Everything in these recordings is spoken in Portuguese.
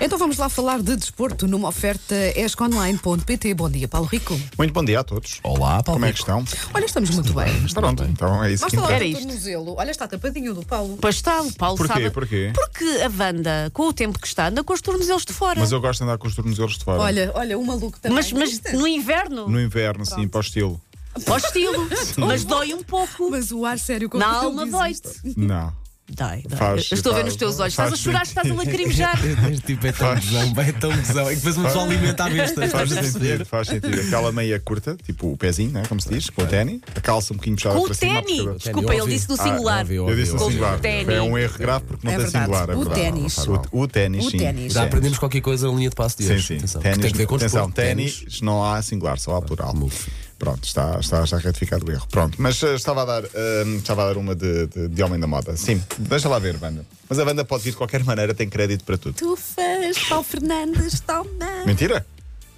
Então vamos lá falar de desporto numa oferta esconline.pt. Bom dia, Paulo Rico. Muito bom dia a todos. Olá, Paulo. Como é que estão? Olha, estamos muito bem. Pronto, então é isso Nós que interessa. falar Era do isto. tornozelo. Olha, está tapadinho do Paulo. Pois está, o Paulo Porquê? sabe. Porquê? Porque a Wanda, com o tempo que está, anda com os tornozelos de fora. Mas eu gosto de andar com os tornozelos de fora. Olha, olha, o maluco também. é- Mas, mas no inverno, No inverno, sim, para o estilo. ao estilo. mas dói um pouco. Mas o ar sério como Na ele alma diz isto. dói-te. Não. Dói, dói. Faz- Eu Estou a ver faz- nos teus olhos. Estás a faz chorar, estás a lacrimejar. Este tipo é tão tesão, bem, é tão tesão. É que depois um pessoal alimenta a besta. Faz estás a sentido, perceber? faz sentido. Aquela meia curta, tipo o pezinho, né, como se diz, com o ténis. A calça um bocadinho puxada Com para o cima. ténis. porque- Desculpa, Eu ele ouvi. disse no é Ah, singular. eu ouvi, eu Eu disse Com assim, o vá, ténis. É um erro grave porque não É tem verdade. singular. é O verdade. ténis. O, o ténis, O sim. ténis. Sim. Já aprendemos qualquer coisa na linha de passo de Sim, hoje. sim. Atenção, que Ténis, tem que ver com atenção, desporto. ténis, não há singular, só há plural. Pronto, está, está, está retificado o erro. Pronto, mas eh, estava, a dar, eh, estava a dar uma de, de- de homem da moda. Sim, deixa lá ver, banda. Mas a banda pode vir de qualquer maneira, tem crédito para tudo. Tu faz, Paulo Fernandes, toma. Mentira?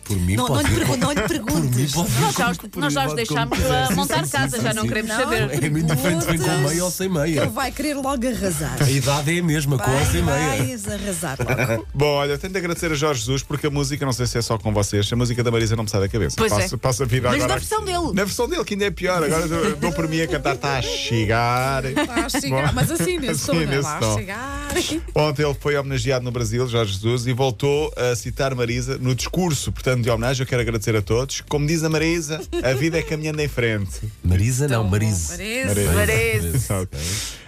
Por mim, Não, não, pode lhe, vir pergun- não lhe perguntes. pode vir Nós já como- os- por nós mim já os pode deixámos como quiser. a montar Sim, sim, casa, sim, já não sim. queremos Não. saber. É muito diferente vem com meia ou sem Ele meia. vai querer logo arrasar. A idade é a mesma, com ou sem Vai, meia. vais arrasar logo. Bom, olha, tenho de agradecer a Jorge Jesus porque a música, não sei se é só com vocês, a música da Marisa não me sai da cabeça. Pois é. Passa- passa a vir Mas agora. na versão dele. Na versão dele, que ainda é pior. Agora eu dou por mim a cantar, está a chegar. Vai chegar, Bom. mas assim nesse Assim, som, não é? nesse Vai tom. chegar. Ontem ele foi homenageado no Brasil, Jorge Jesus, e voltou a citar Marisa no discurso, portanto, de homenagem. Eu quero agradecer a todos. Como diz a Marisa, a vida é caminhando em frente. Marisa, não, Marise. Parece. Parece. Ok.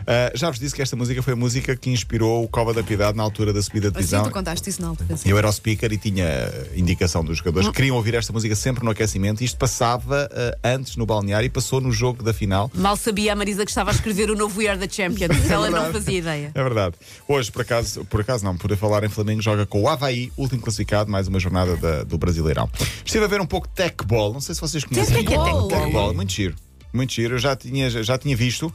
Ah, já vos disse que esta música foi a música que inspirou o Cova da Piedade na altura da subida de Assim, divisão. tu contaste isso na altura. Eu era o speaker e tinha ah, indicação dos jogadores que queriam ouvir esta música sempre no aquecimento. Isto passava eh, antes no balneário e passou no jogo da final. Mal sabia a Marisa que estava a escrever o novo We Are the Champions. Ela não É verdade. fazia ideia. É verdade. Hoje, por acaso, por acaso não, por falar em Flamengo, joga com o Havaí, último classificado, mais uma jornada da- do Brasileirão. Estive a ver um pouco de Tecball, não sei se vocês conhecem. Tec Ball. Tecball, muito giro. Muito giro, eu já tinha, já tinha visto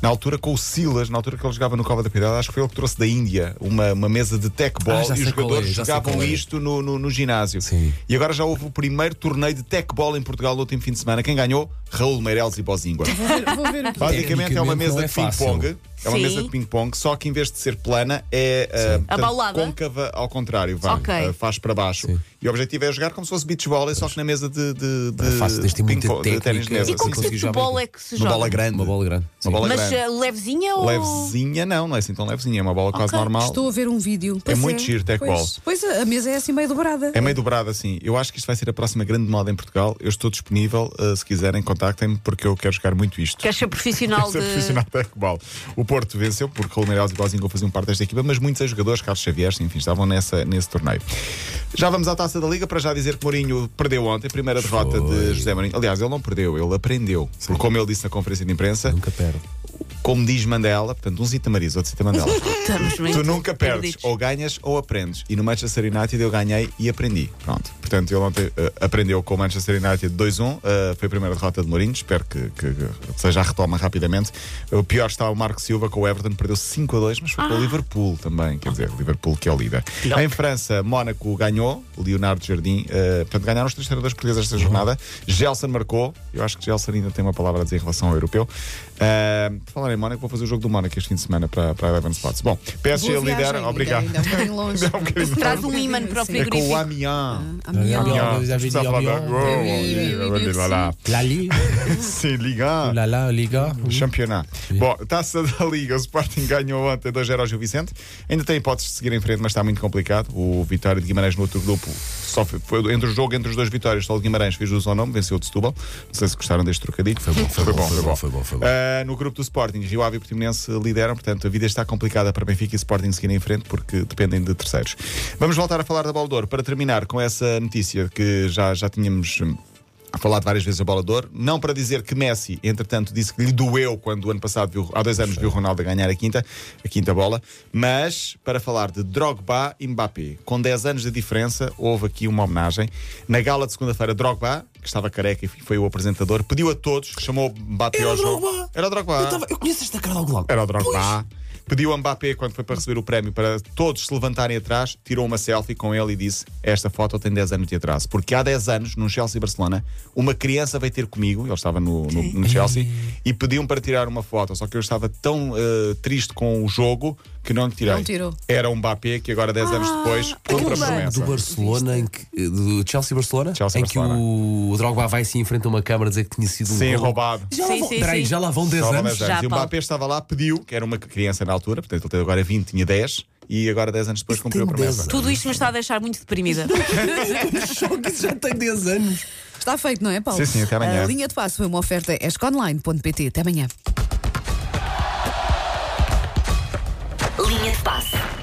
na altura com o Silas, na altura que ele jogava no Cova da Piedade, acho que foi ele que trouxe da Índia uma, uma mesa de Ah, tecball já e os sei qual é, jogadores já sei jogavam qual é. isto no, no- no ginásio. Sim. E agora já houve o primeiro torneio de tecball em Portugal no último fim de semana. Quem ganhou? Raul Meireles e Bozíngua. Vou ver, vou ver o que é. Basicamente é uma Tecnicamente não mesa é de ping-pong. fácil. É uma Sim. mesa de ping-pong, só que em vez de ser plana, é ah, portanto, Abaulada? côncava ao contrário, vá, Ok. ah, faz para baixo. E o objetivo é jogar como se fosse beach volley, só que na mesa de, de, de, É fácil, tens de ter muita ping-pong- de ténis de técnica. mesa. E com Sim, que sim. Sim, tipo de Joga bola bem. é que se Uma joga? bola grande. Uma bola grande. Uma bola Mas é grande. eh, levezinha ou. Levezinha, não, não é assim tão levezinha, é uma bola quase Ok, normal. É Estou a ver um vídeo. Pois muito giro, tech pois, ball. Pois a a mesa é assim meio dobrada. É meio dobrado assim. Eu acho que isto vai ser a próxima grande moda em Portugal. Eu estou disponível, ah, se quiserem, contactem-me porque eu quero jogar muito isto. Queres ser profissional de. ser profissional de handball. O Porto venceu porque Raul Meireles e Bozinho faziam um parte desta equipa, mas muitos jogadores, Carlos Xavier, enfim, estavam nessa, nesse torneio. Já vamos à taça da Liga para já dizer que Mourinho perdeu ontem, primeira derrota de José Mourinho. Aliás, ele não perdeu, ele aprendeu. Porque, como ele disse na conferência de imprensa, Nunca perde. como diz Mandela, portanto, um cita Marisa, outro cita Mandela. Estamos muito Tu nunca perdes, perdidos. ou ganhas ou aprendes. E no Manchester United eu ganhei e aprendi. Pronto. Portanto, ele ontem eh, aprendeu com o Manchester United 2-1. eh, foi a primeira derrota de Mourinho. Espero que, que- que seja a retoma rapidamente. O pior está o Marco Silva com o Everton, perdeu 5-2, mas foi com o Liverpool também. Quer dizer, o Liverpool que é o líder. Em França, Mónaco ganhou, o Leonardo Jardim. eh, portanto, ganharam os três treinadores portugueses esta jornada. Gelson marcou. Eu acho que Gelson ainda tem uma palavra a dizer em relação ao europeu. Eh, por falar em Mónaco, vou fazer o jogo do Mónaco este fim de semana para, para a Eleven Spots. Bom, PSG Boa viagem, lidera, ainda, obrigado. ainda é um bocadinho longe. Ainda é um bocadinho longe. Traz um imã para o É com o frigorífico. Amiens. A minha Amiens. alma. já vi Está a de falar de- Amiens. Uou, Oui, oui, oui, olha oui, lá. Lali, Sim, ligar. Lala, Liga. Campeonato. Bom, taça da Liga, o Sporting ganhou ontem 2-0 ao Gil Vicente. Ainda tem hipóteses de seguir em frente, mas está muito complicado. O Vitória de Guimarães no outro grupo, só foi, foi entre o jogo, entre os dois vitórias, só o de Guimarães fez uso ao nome, venceu o de Setúbal. Não sei se gostaram deste trocadilho. Foi bom, foi bom, foi bom, foi bom, foi bom. Uh, no grupo do Sporting, Rio Ave e Portimonense lideram, portanto a vida está complicada para Benfica e Sporting seguirem em frente porque dependem de terceiros. Vamos voltar a falar da Bola de Ouro para terminar com essa notícia que já, já tínhamos. hum, Falado várias vezes a bola de ouro, não para dizer que Messi, entretanto, disse que lhe doeu quando o ano passado, viu, há dois anos, viu Ronaldo a ganhar a quinta, a quinta bola, mas para falar de Drogba e Mbappé. Com 10 anos de diferença, houve aqui uma homenagem. Na gala de segunda-feira, Drogba, que estava careca e foi o apresentador, pediu a todos, chamou Mbappé Era ao o jogo. Drogba? Era o Drogba. Eu, tava, eu conheço esta cara de algum lado. Era o Drogba. Pediu a Mbappé, quando foi para receber o prémio, para todos se levantarem atrás, tirou uma selfie com ele e disse: Esta foto tem 10 anos de atraso. Porque há 10 anos, no Chelsea e Barcelona, uma criança veio ter comigo, ele estava no, no- no Chelsea, e pediu-me para tirar uma foto. Só que eu estava tão eh, triste com o jogo que não lhe tirei. Não tirou. Ah, Era um Mbappé que agora, 10 anos depois, outra aquele promessa. do Barcelona, em que, eh, do Chelsea-Barcelona, Chelsea, em que o Drogba vai se enfrenta a uma câmara dizer que tinha sido um Sim, golo. roubado. Já lá Sim, vão- sim, peraí, sim. já lá vão 10 Só há anos. dez anos. E o Paulo. Mbappé estava lá, pediu, que era uma criança na altura, portanto ele agora 20, tinha 10, e agora 10 anos depois Isso cumpriu a tem promessa. 10 Tudo isto me está a deixar muito deprimida. Choque, isso já tem 10 anos. Está feito, não é, Paulo? Sim, sim, até amanhã. A linha de passo foi uma oferta é esconline.pt. Até amanhã. Linha de passe.